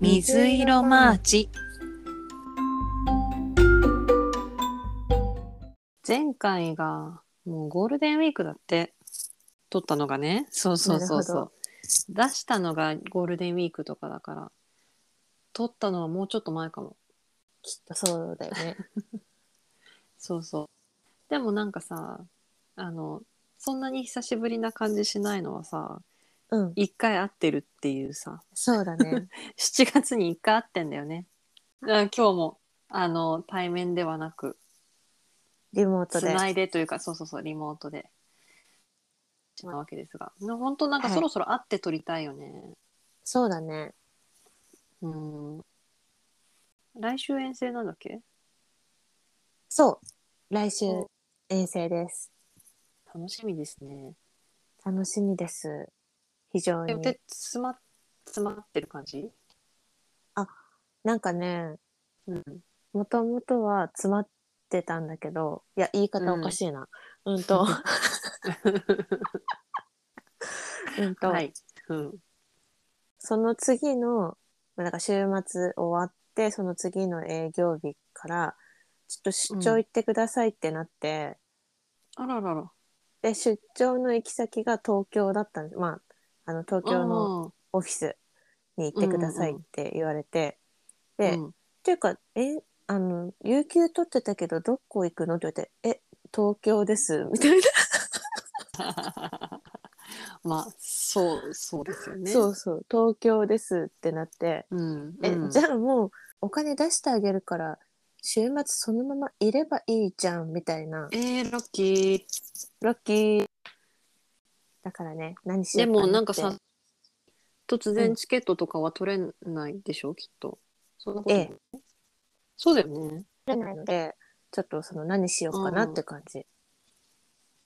水色マーチ。前回がもうゴールデンウィークだって撮ったのがねそうそうそうなそう出したのがゴールデンウィークとかだから撮ったのはもうちょっと前かもきっとそうだよ ね。そうそうでもなんかさあのそんなに久しぶりな感じしないのはさうん、一回会ってるっていうさそうだね。 7月に一回会ってんだよねだから今日もあの対面ではなくリモートつで。ないでというかそうそうそうリモートでしまうわけですがな本当なんかはいそろそろ会って撮りたいよね、そうだね。うん来週遠征なんだっけそう。来週うん遠征です。楽しみですね楽しみです。非常でにも。手詰ま詰まってる感じなんかね、うんもともとは詰まってたんだけど、いや、言い方おかしいな。うん、 と、うんと、はい、うん、その次の、まあなんか週末終わって、その次の営業日から、ちょっと出張行ってくださいってなって、あらららで出張の行き先が東京だったんですまああの東京のあーオフィスに行ってくださいって言われて、で、うっん ていうか「えあの有給取ってたけどどこ行くの?」って言って「え東京です」 みたいな、まあそうそうですよねそうそう「東京です」ってなってうん「え、うんじゃあもうお金出してあげるから週末そのままいればいいじゃん」みたいなえー、ラッキーラッキーだからね何しでようもななっんかてさ突う然んチケットとかは取れないでしょ、きっとそんなことないえそうだよね取れないのでちょっとその何しようかなって感じ。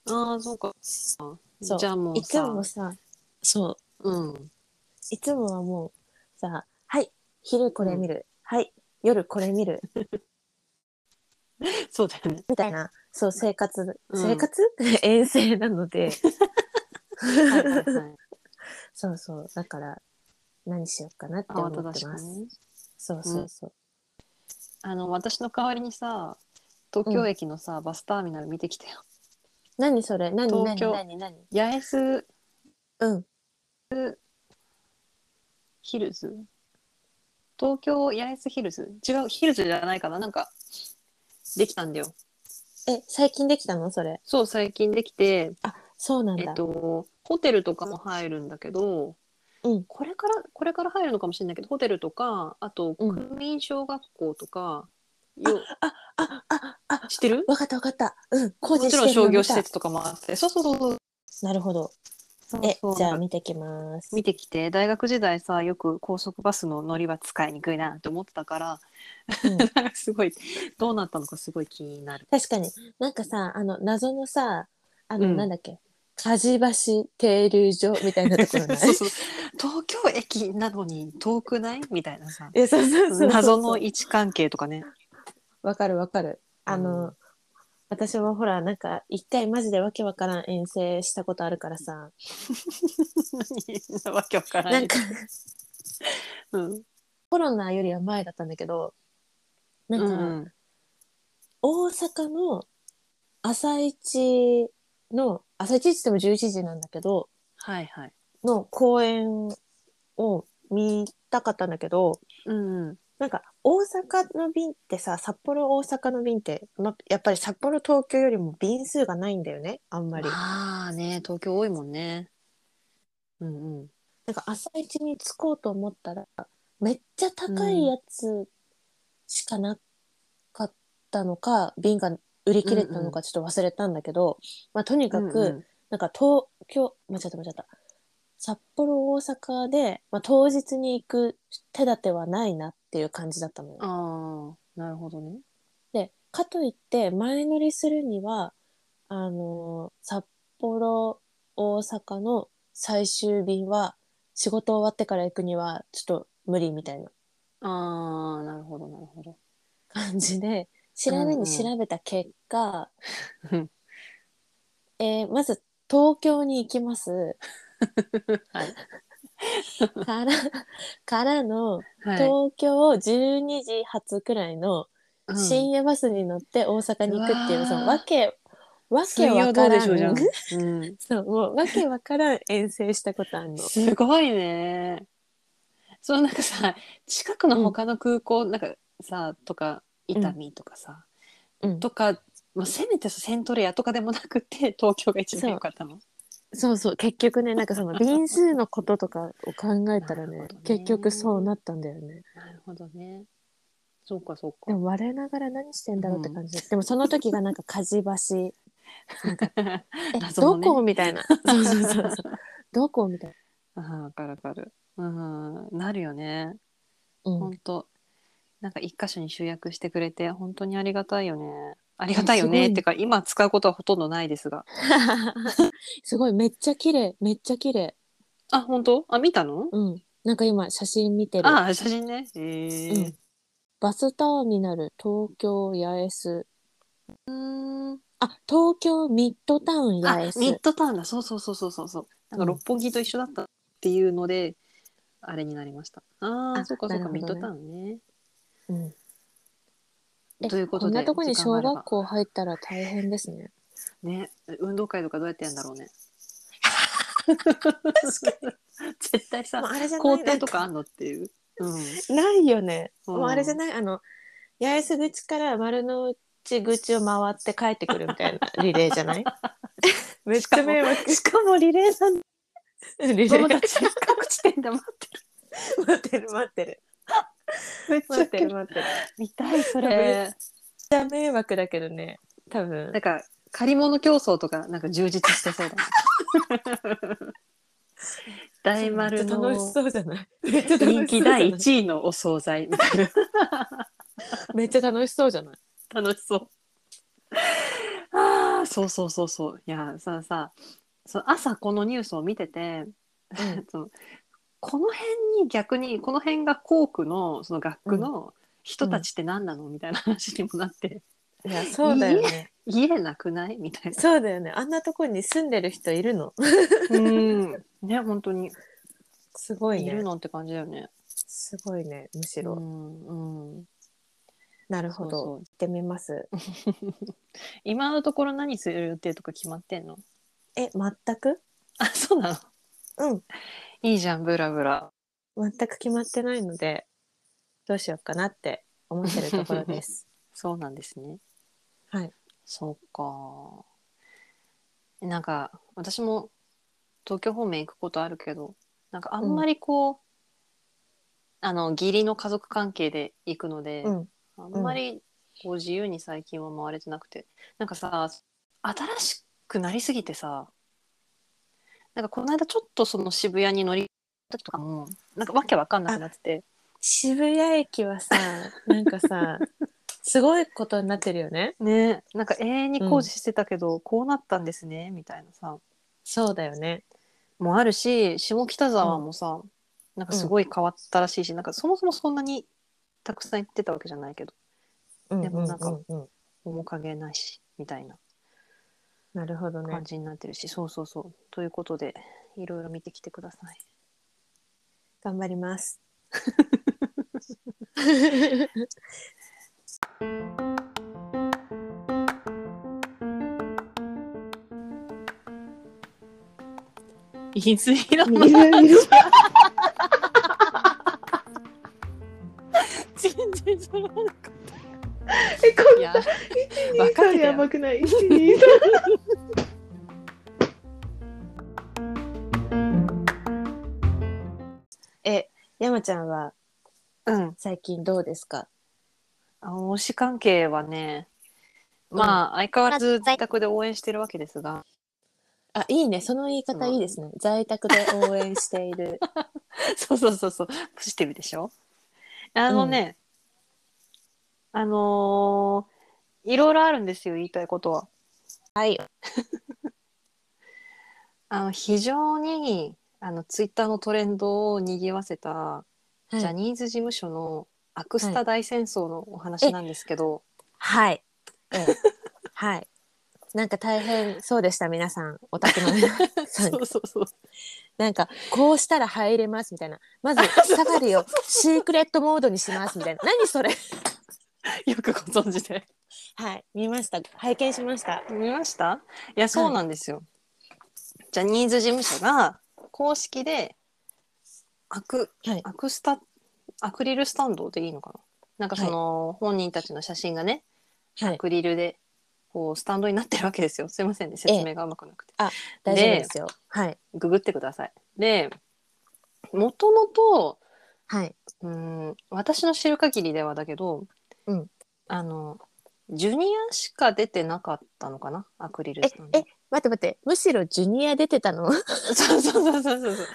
ああそうかそうじゃあもういつさもさそううんいつもはもうさはい昼これ見る、はい夜これ見るそうだよねみたいなそう生活うん生活、 遠征なのではい はいはいそうそうだから何しようかなって思慌ったてまだしす、くねそうそうそう、あの私の代わりにさ東京駅のさ、バスターミナル見てきたよ何それ何何東京何何八重洲うんヒルズ東京八重洲ヒルズ違うヒルズじゃないかななんかできたんだよえ最近できたのそれそう最近できてあそうなんだ、えっと、ホテルとかも入るんだけど、うんこれからこれから入るのかもしれないけどホテルとかあとうん区民小学校とか、よあああ知ってるわかったわかったうん工もち事してるろん商の業見施た設とかもあってそうそうそうそうなるほどえそうそうじゃあ見てきます見てきて大学時代さよく高速バスの乗りは使いにくいなって思ってたから、 うんすごいどうなったのかすごい気になる。確かになんかさあの謎のさあの、うんなんだっけ梶橋停留所みたいなところないそう そう東京駅なのに遠くないみたいなさえそうそうそうそう謎の位置関係とかね。 わかるわかるあの、うん私もほらなんか一回マジでわけわからん遠征したことあるからさ何わ けわからなんかうんコロナよりは前だったんだけどなんか、うん大阪の朝市の朝市って言っても11時なんだけどはいはい。の公演を見たかったんだけど、うんうん。なんか大阪の便ってさ札幌大阪の便って、ま、やっぱり札幌東京よりも便数がないんだよねあんまり。まあね、東京多いもんね。うんうん。なんか朝一に着こうと思ったらめっちゃ高いやつしかなかったのか、便が売り切れたのかちょっと忘れたんだけど、まあ、とにかく、うんなんか東京間違った間違った札幌大阪で、まあ、当日に行く手立てはないなっていう感じだったのよ。うん、ああ、なるほどね。でかといって前乗りするにはあのー札幌大阪の最終便は仕事終わってから行くにはちょっと無理みたいなああ、なるほどなるほど。感じで調べうんうにん調べた結果、うんえーまず東京に行きます はい。から、からの、は東京12時発くらいのい。深夜バスに乗って大阪に行くっていう、うわーそのわけ、わけ水曜わどかうでらん。しょうじゃん。うん。 そう、もうわけわからん遠征したことあるの。すごいね。そうなんかさ、近くの他の空港、なんかさ、とか、伊丹とかさ、うん、とか、まあ、せめてセントレアとかでもなくて、東京が一番良かったの。そうそう結局ねなん かその便数のこととかを考えたらねなるほどね結局そうなったんだよねなるほどね。そうか、そうでか。も我ながら何してんだろうって感じ、でもその時がなんか火事橋え、謎のどねこみ たいなそうそうそうそうどこみたいああ、わかるわかる。うん、なるよね。な、うん本当。なんか一箇所に集約してくれて、本当にありがたいよね。ありがたいよすごね。いってか、今使うことはほとんどないですが。 すごいめっちゃ綺麗めっちゃ綺麗あ、本当？あ、見たの？うんなんか今写真見てるあ、写真ね。へえバスターミナル東京八重洲うん。あ東京ミッドタウンあ、八ミ重ッ洲ドタウンだ。そうそうそうそうそうそう。なんかうん六本木と一緒だったっていうので、あれになりました。ああ、あそうかそうか、なるミッほどドねタウンね。うんえということこで、んなとこに時間があ小れば学校入ったら大変ですね。ね、運動会とかどうやってやるんだろうね。 絶対さ、あれじ校庭とかあんのっていう。うん、ないよね。うんもうあれじゃないあの八重洲口から丸の内口を回って帰ってくるみたいなリレーじゃない めっちゃ迷惑。しかもリレーなんでリレ子供ーたち各地点で待って待ってる待ってる。る。待 めってる待ってる。めっ見たいそれ。ちゃ迷惑だけどね。多分なんか借り物競争とかなんか充実してそうだね。 大丸のめっちゃ楽しそうじゃ ないめっち人気ゃ楽しそうじゃな第い一位のお惣菜 みたいな。めっちゃ楽しそうじゃない楽しそう。ああ、そうそうそうそう。いや、ささ、そう朝このニュースを見てて、 そのこの辺に逆にこの辺が校区のその学区の人たちって何なの、みたいな話にもなって、いやそうだよね。家なくないみたいな。そうだよね。あんなとこに住んでる人いるの。 うん。ね、本当にすごいいね。るのって感じだよね。すごいね。むしうろ。ん、うん。なるほど。そうそう行ってみます。今のところ何する予定とか決まってんの？え、全くあ、そうなの。うん。いいじゃん、ブラブラ。全く決まってないので、どうしようかなって思ってるところ です。そうなんですね。はい。そうか。なんか私も東京方面行くことあるけど、なんかあんまりこう、あの義理の家族関係で行くので、うん。あんまりこう自由に最近は回れてなくて、なんかさ新しくなりすぎてさなんかこの間ちょっとその渋谷に乗り時とかもなんかわけわかんなくなってて渋谷駅はさ、なん かさ、すごいことになってるよね。ねなんか永遠に工事してたけど、こうなったんですねみたいなさそうだよね。もあるし下北沢もさ、なんかすごい変わったらしいし、なんかそもそもそんなにたくさん行ってたわけじゃないけどうんでもなんかうううん面影ないしみたいななるほどね感。じになってるし、そうそうそうということでいろいろ見てきてください。頑張ります。水色の 全然そのえ、こいれ、や分かってたやばよくない。一二三 え、山ちゃんはうん最近どうですかあの推し関係はねまあ、相変わらず在宅で応援してるわけですがあ、いいね。その言い方いいですね。在宅で応援してい る。 そうそうそうそうポジティブでしょあのね、あのーいろいろあるんですよ言いたいことははい。あの非常にあのツイッターのトレンドをにぎわせたはいジャニーズ事務所のアクス タ大戦争のお話なんですけど、はい。ええ、はい。なんか大変そうでした皆さんお宅 の皆さんそうそうそうなんかこうしたら入れますみたいなまずサファリをシークレットモードにしますみたいな何それよくご存知ではい見ました拝見しました見ましたいやそうなんですよ、ジャニーズ事務所が公式でアクはいアクスタアクリルスタンドでいいのかななんかその、本人たちの写真がねはいアクリルでこうスタンドになってるわけですよすいませんね説明がうまくなくて、大丈夫ですよはいググってくださいでもともとはいうん私の知る限りではだけど、うんあのジュニアしか出てなかったのかなアクリルえスタンドえ待って待ってむしろジュニア出てた のそうそうそうそうそうそう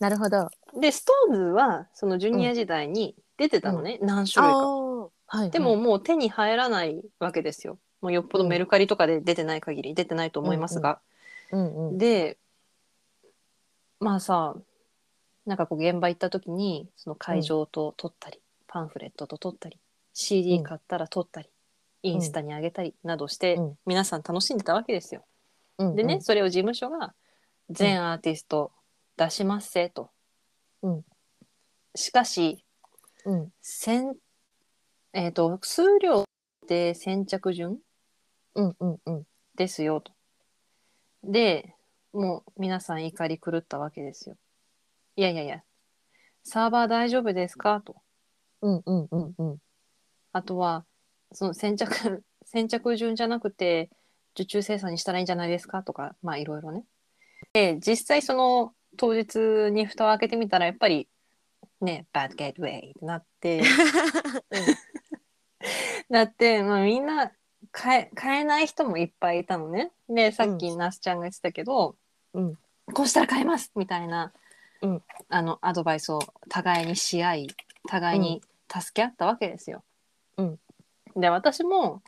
なるほどでストーンズはそのジュニア時代に出てたのね、何種類かあーはいでももう手に入らないわけですよもうよっぽどメルカリとかで出てない限り出てないと思いますが、うんうんでまあさなんかこう現場行った時にその会場と撮ったり、パンフレットと撮ったり CD 買ったら撮ったり、インスタに上げたりなどして、うん皆さん楽しんでたわけですよ。うんうんでね、それを事務所が全アーティスト出しますせと。うんしかしうん先、えー、と数量で先着順うんうんうんですよと。でもう皆さん怒り狂ったわけですよ。いやいやいやサーバー大丈夫ですかと。うんうんうんうんあとはその先着 先着順じゃなくて受注生産にしたらいいんじゃないですかとかまあいろいろね。で実際その当日に蓋を開けてみたらやっぱりねバッドゲートウェイってなってなって、まあ、みんな買え買えない人もいっぱいいたのね。でさっきナスちゃんが言ってたけど、うんこうしたら買えますみたいな、うんあのアドバイスを互いにし合い互いに助け合ったわけですよ。で私も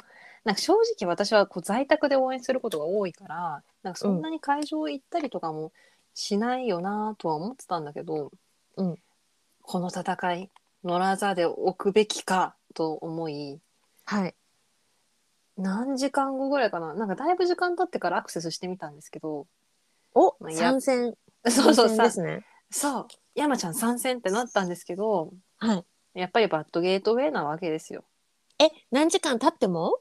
なんか正直私はこう在宅で応援することが多いからなんかそんなに会場行ったりとかもしないよなとは思ってたんだけど、うんこの戦い乗らざで置くべきかと思いはい何時間後ぐらいかななんかだいぶ時間経ってからアクセスしてみたんですけど おまあや参戦そうそうさ参戦ですねそう山ちゃん参戦ってなったんですけどはいやっぱりバッドゲートウェイなわけですよえ何時間経っても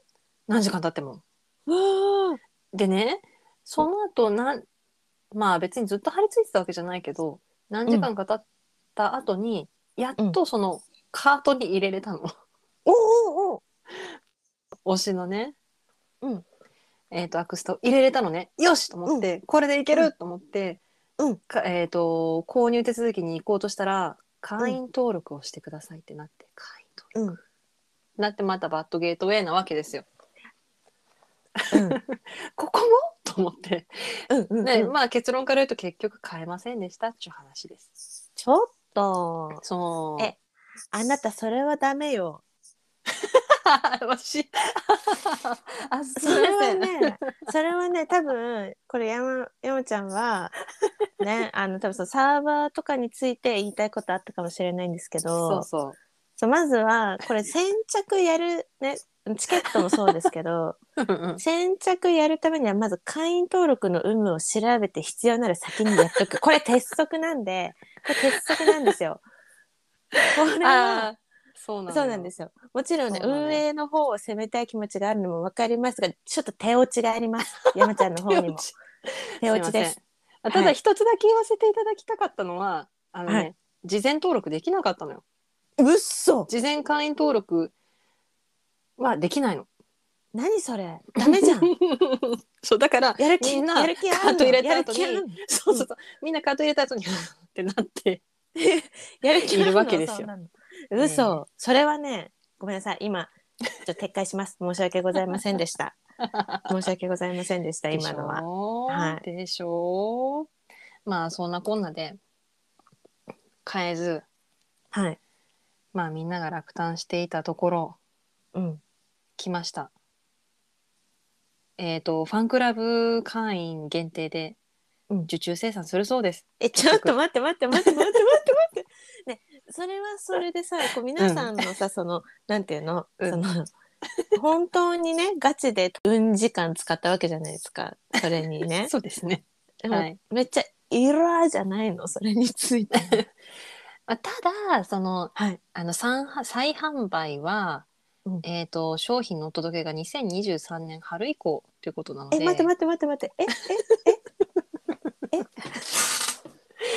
何時間経っても。わーでねその後なんまあ別にずっと張り付いてたわけじゃないけど何時間か経った後に、やっとそのカートに入れれたの、 おおおお推しのね、うんえー、とアクスタを入れれたのねよしと思って、これでいけると思って、うんかえー、と購入手続きに行こうとしたら会員登録をしてくださいってなって会員登録、うんなってまたバッドゲートウェイなわけですよ。うんここも と思って、うんうんうんねまあ結論から言うと結局買えませんでしたっていう話です。ちょっとそう。 えあなたそれはダメよわし。 あ、すそみれませはん。ねそれはね多分これ山山ちゃんはねあの多分そのサーバーとかについて言いたいことあったかもしれないんですけそどうそう。そうまずはこれ先着やるねチケットもそうですけど先着やるためにはまず会員登録の有無を調べて必要なら先にやっとくこれ鉄則なん でこれ鉄則なんですよ。これはあー、そうなん。そうなんですすよ。もちろんね、そうなのよ運営の方を責めたい気持ちがあるのもわかりますが、ちょっと手落ちがあり ます。山ちゃんの方にも。手落ちすいまでせんす。あたはだい一つだけ言わせていただきたかったのは、あのね、はい事前登録できなかったのよ。うっそ事前会員登録はできないの。何それダメじゃん。 そうだからやるみ気、んなやる気あカーるトの入れたやる後に気あるのそうそうそうみんなカード入れた後に ってなってやる気いるわけですよよ嘘、それはね、ごめんなさい。今、ちょっと撤回します。申し訳ございませんで した。申し訳ございませんでした、今のは。ははいでしょうまあそんなこんなで変えずはい。まあみんなが落胆していたところうん。来ましたえっ、とファンクラブ会員限定でうん受注生産するそうです、え、ちょっと待って待って待って待って待って待って。ね、それはそれでさ、こう皆さんのさ、その、なんていうの、うんその、本当にねガチで運時間使ったわけじゃないですかそれに ねそうですね。でもはいめっちゃイラーじゃないのそれについて まあ、ただそのはいあの再販再販売は、うんえー、と商品のお届けが2023年春以降ということなのでえ待って待って待って待ってえええ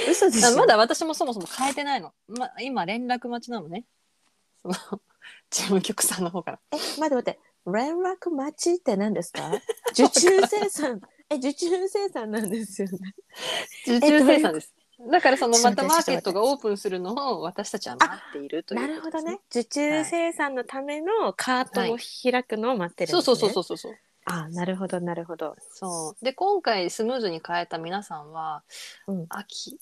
え嘘でしあょまだ私もそもそも変えてないの、ま、今連絡待ちなのねその事務局さんの方からえ、待って待って、連絡待ちって何で すか受注生産。え、受注生産なんですよね。受注生産ですだからそのちょまっとた待マってーケットちょっと待ってがオープンするのを私たちは待っているというなことでるほどすね。受注生産のためのカートを開くのを待ってるそんでうす、ねそうそうそうそうそうあ、なるほど、なるほど。そうで今回スムーズに変えた皆さんは、うん秋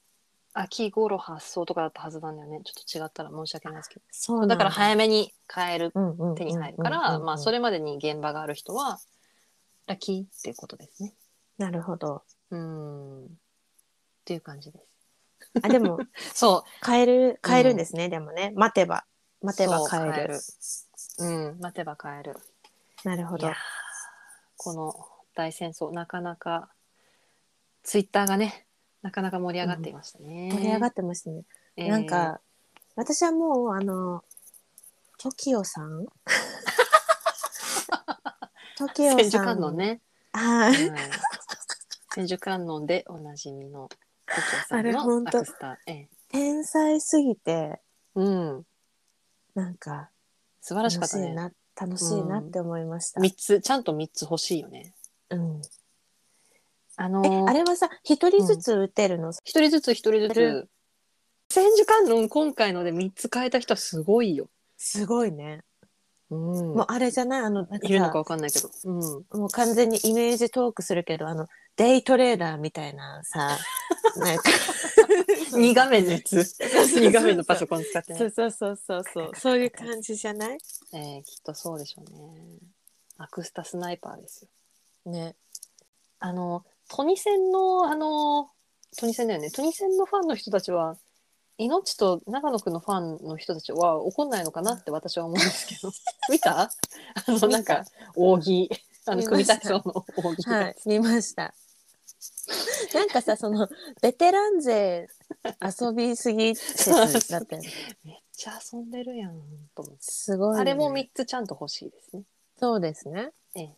秋頃発送とかだったはずなんだよねちょっと違ったら申し訳ないですけどそそううなんだから早めに買えるうんうんうんうんうんうん手に入るから、まあそれまでに現場がある人はラッキーっていうことですね。なるほど。うん。っていう感じであ、で も、す。そ買える、買えるんですね、でもね。待てば、待てばそう買え買えるる。う。うん。待てば買える。なるほいどやー。この大戦争なかなかツイッターがねなかなか盛り上がっていましたね。盛り上がってましたね。えーなんか、私はもう、あの、TOKIO さ ん千 ?TOKIO 手さ観ん。音ね。ははいい。千手観音でおなじみのお客さんあれほんのアとクスター。ええ天才すぎて、うん。なんか、素晴ら楽しかっしたいね。な、楽しいなって思いました。三つちゃんと三つ欲しいよね。うんあのえ、ーあれはさ、一人ずつ打てるの、一人ずつ一人ずつ。千手観音今回ので三つ変えた人はすごいよ。すごいね。うんもうあれじゃないあの、なんかいるのかさわかんないけど。うん。もう完全にイメージトークするけど、あの、デイトレーダーみたいな さ、なんか。二画面のやつ。二画面のパソコン使ってそねう。そうそうそうそう、そういう感じじゃないえー、きっとそうでしょうね。アクスタスナイパーですよ。ね。あのトニセンのあのトニセンだよね。トニセンのファンの人たちは。命と長野くんのファンの人たちは怒んないのかなって私は思うんですけど 見たあのなんか扇あの見組みました立てそうの扇がはい、見ました。 なんかさ、その、ベテラン勢遊びす ぎ説だったよね。めっちゃ遊んでるやんと思って、すごい、ね。あれも3つちゃんと欲しいですねそうですね。ええ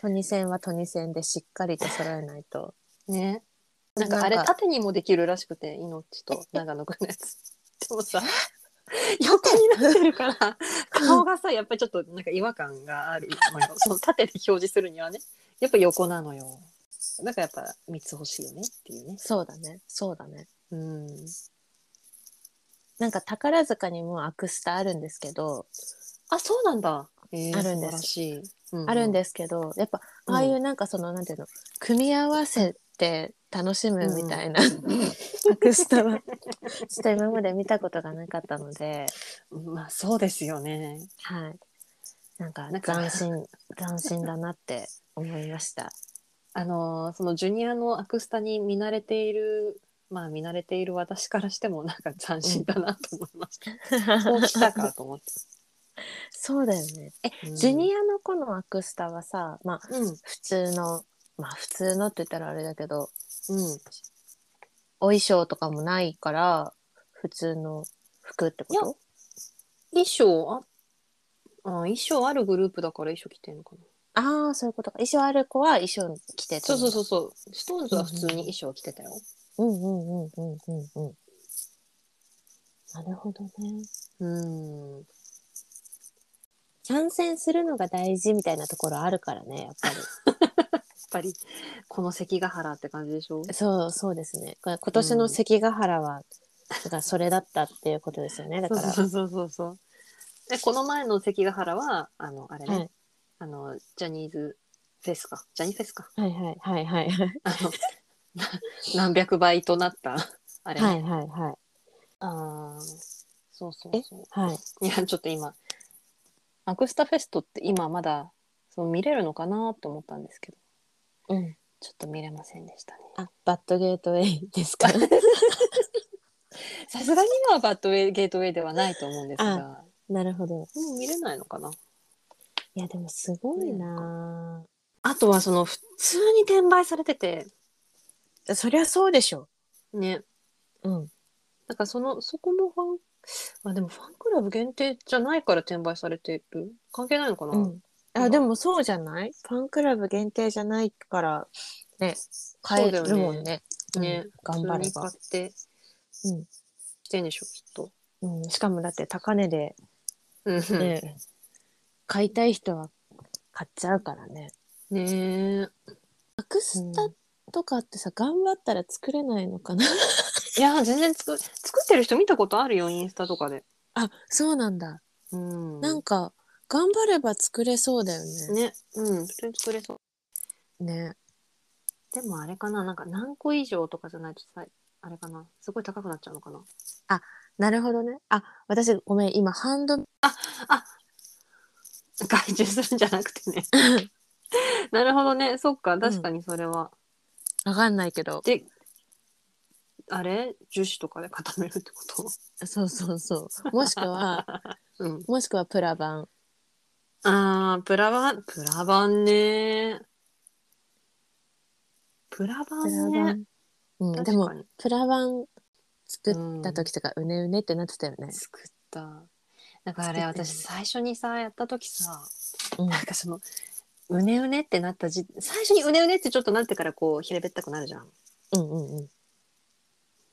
トニセンはトニセンでしっかりと揃えないと。ねなんかあれなんか縦にもできるらしくて命と長野くんのやつ でもさ 横になってるから顔がさやっぱりちょっとなんか違和感があるのよその縦で表示するにはねやっぱ横なのよだからやっぱ3つ欲しいよねっていうねそうだね。そうだね。うんなんか宝塚にもアクスタあるんですけど、あそうなんだ、えーあるん素です晴らしい、うあるんでですけど、やっぱ、ああいうなんかその、なんていうの、組み合わせて楽しむみたいな、アクスタは、 ちょっと今まで見たことがなかったので、まあそうですよねはい。なんかなんか斬新、斬新だなって思いました。あのーそのジュニアのアクスタに見慣れているまあ見慣れている私からしてもなんか斬新だなと思いました。そうきたかと思って。 そうだよね。うんジュニアの子のアクスタはさ、まあうん普通の、まあ普通のって言ったらあれだけど、うんお衣装とかもないから、普通の服ってこいやと衣装ああ衣装あるグループだから衣装着てんのかな。ああ、そういうことか。衣装ある子は衣装着てそうそうう。そうそう。ストーンズは普通に衣装着てたよ。うんうんうんうんうんうん。なるほどね。うん。参戦するのが大事みたいなところあるからね、やっぱり。やっぱりこの関ヶ原って感じでしょ。そうそうですね。これ今年の関ヶ原は、だからそれだったっていうことですよね。だから。そうそうそうそう。でこの前の関ヶ原はあのあれね、はいあのジャニーズフェスかジャニーフェスか。はいはいはいはいはい。あの な何百倍となったあれ、はいはいはい。あーそうそうそはい。ういやちょっと今アクスタフェストって今まだその見れるのかなと思ったんですけどうん。ちょっと見れませんでしたねあ、バッドゲートウェイです かさすがにはバッドウェイゲートウェイではないと思うんですがなるほど。もう見れないのかないや、でもすごいなあとはその普通に転売されててぁそりゃそうでしょ。ねうん。なんかそのそこもファンまあでもファンクラブ限定じゃないから転売されてる関係ないのかな、うん、あ、でもそうじゃないファンクラブ限定じゃないから、ね、買えるもんね。ね、うん頑張れば普通に買ってうんしてんでしょきっと。うん、しかもだって高値で、うんね買いたい人は買っちゃうからね。ねえアクスタとかってさ、頑張ったら作れないのかな いや全然作作ってる人見たことあるよインスタとかで。あ、そうなんだ。うん、なんか、頑張れば作れそうだよね。ね、うん、普通に作れそう。ね。でもあれかな、なんか何個以上とかじゃないとさ、あれかな、すごい高くなっちゃうのかな。 なるほどね。あ、私ごめん、今ハンド、 外注するんじゃなくてね。 なるほどね、そっか、確かにそれは。わかんないけど。で、あれ樹脂とかで固めるってことそうそうそう。もしくは、 うん。もしくはプラ版。あー、プラ版、プラ版ね。プラ版ね。。うん、で確もか、にプラ版作った時とか、うねうねってなってたよね。作った。なんかあれ、作ったよね私最初にさ、やった時さ、うんなんかその、うねうねってなったじ、最初にうねうねってちょっとなってからこう、平べったくなるじゃん。うんうんうん。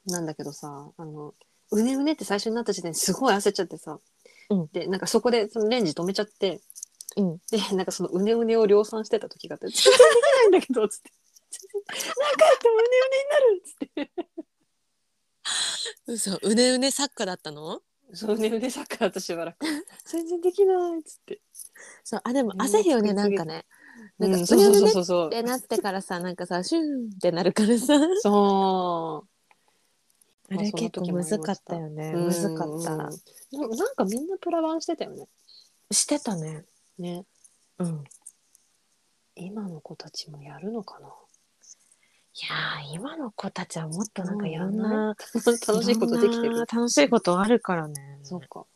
なんだけどさ、あの、うねうねって最初になった時点ですごい焦っちゃってさ、うんで、なんかそこでそのレンジ止めちゃって、うんで、なんかそのうねうねを量産してた時があって、全然できないんだけど、つって。なんかやってもうねうねになるっつって。嘘、うねうね作家だったのそう、うねうねサッカーだったしばらく。全然できないっつって。そう、あ、でもね焦るよ作ね、りなすんぎかね。なんか、うんうそうねうそうねそうそうっ。てなってからさ、なんかさ、シューンってなるからさ。そう。 あれ結構むずかったよね。むずかうんった。ななんかみんなプラバンしてたよね。してたね。ね。うん。今の子たちもやるのかな。いやー、今の子たちはもっとなんもかういやろんんないな。 楽しいことできていろんるな。楽しいことあるからね。そうか。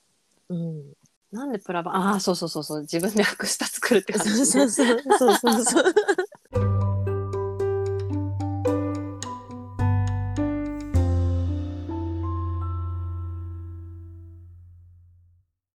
うん。なんでプラバン。ああ、そうそうそうそう。自分でアクスタ作るって感じ、 そうそうそうそうそうそう。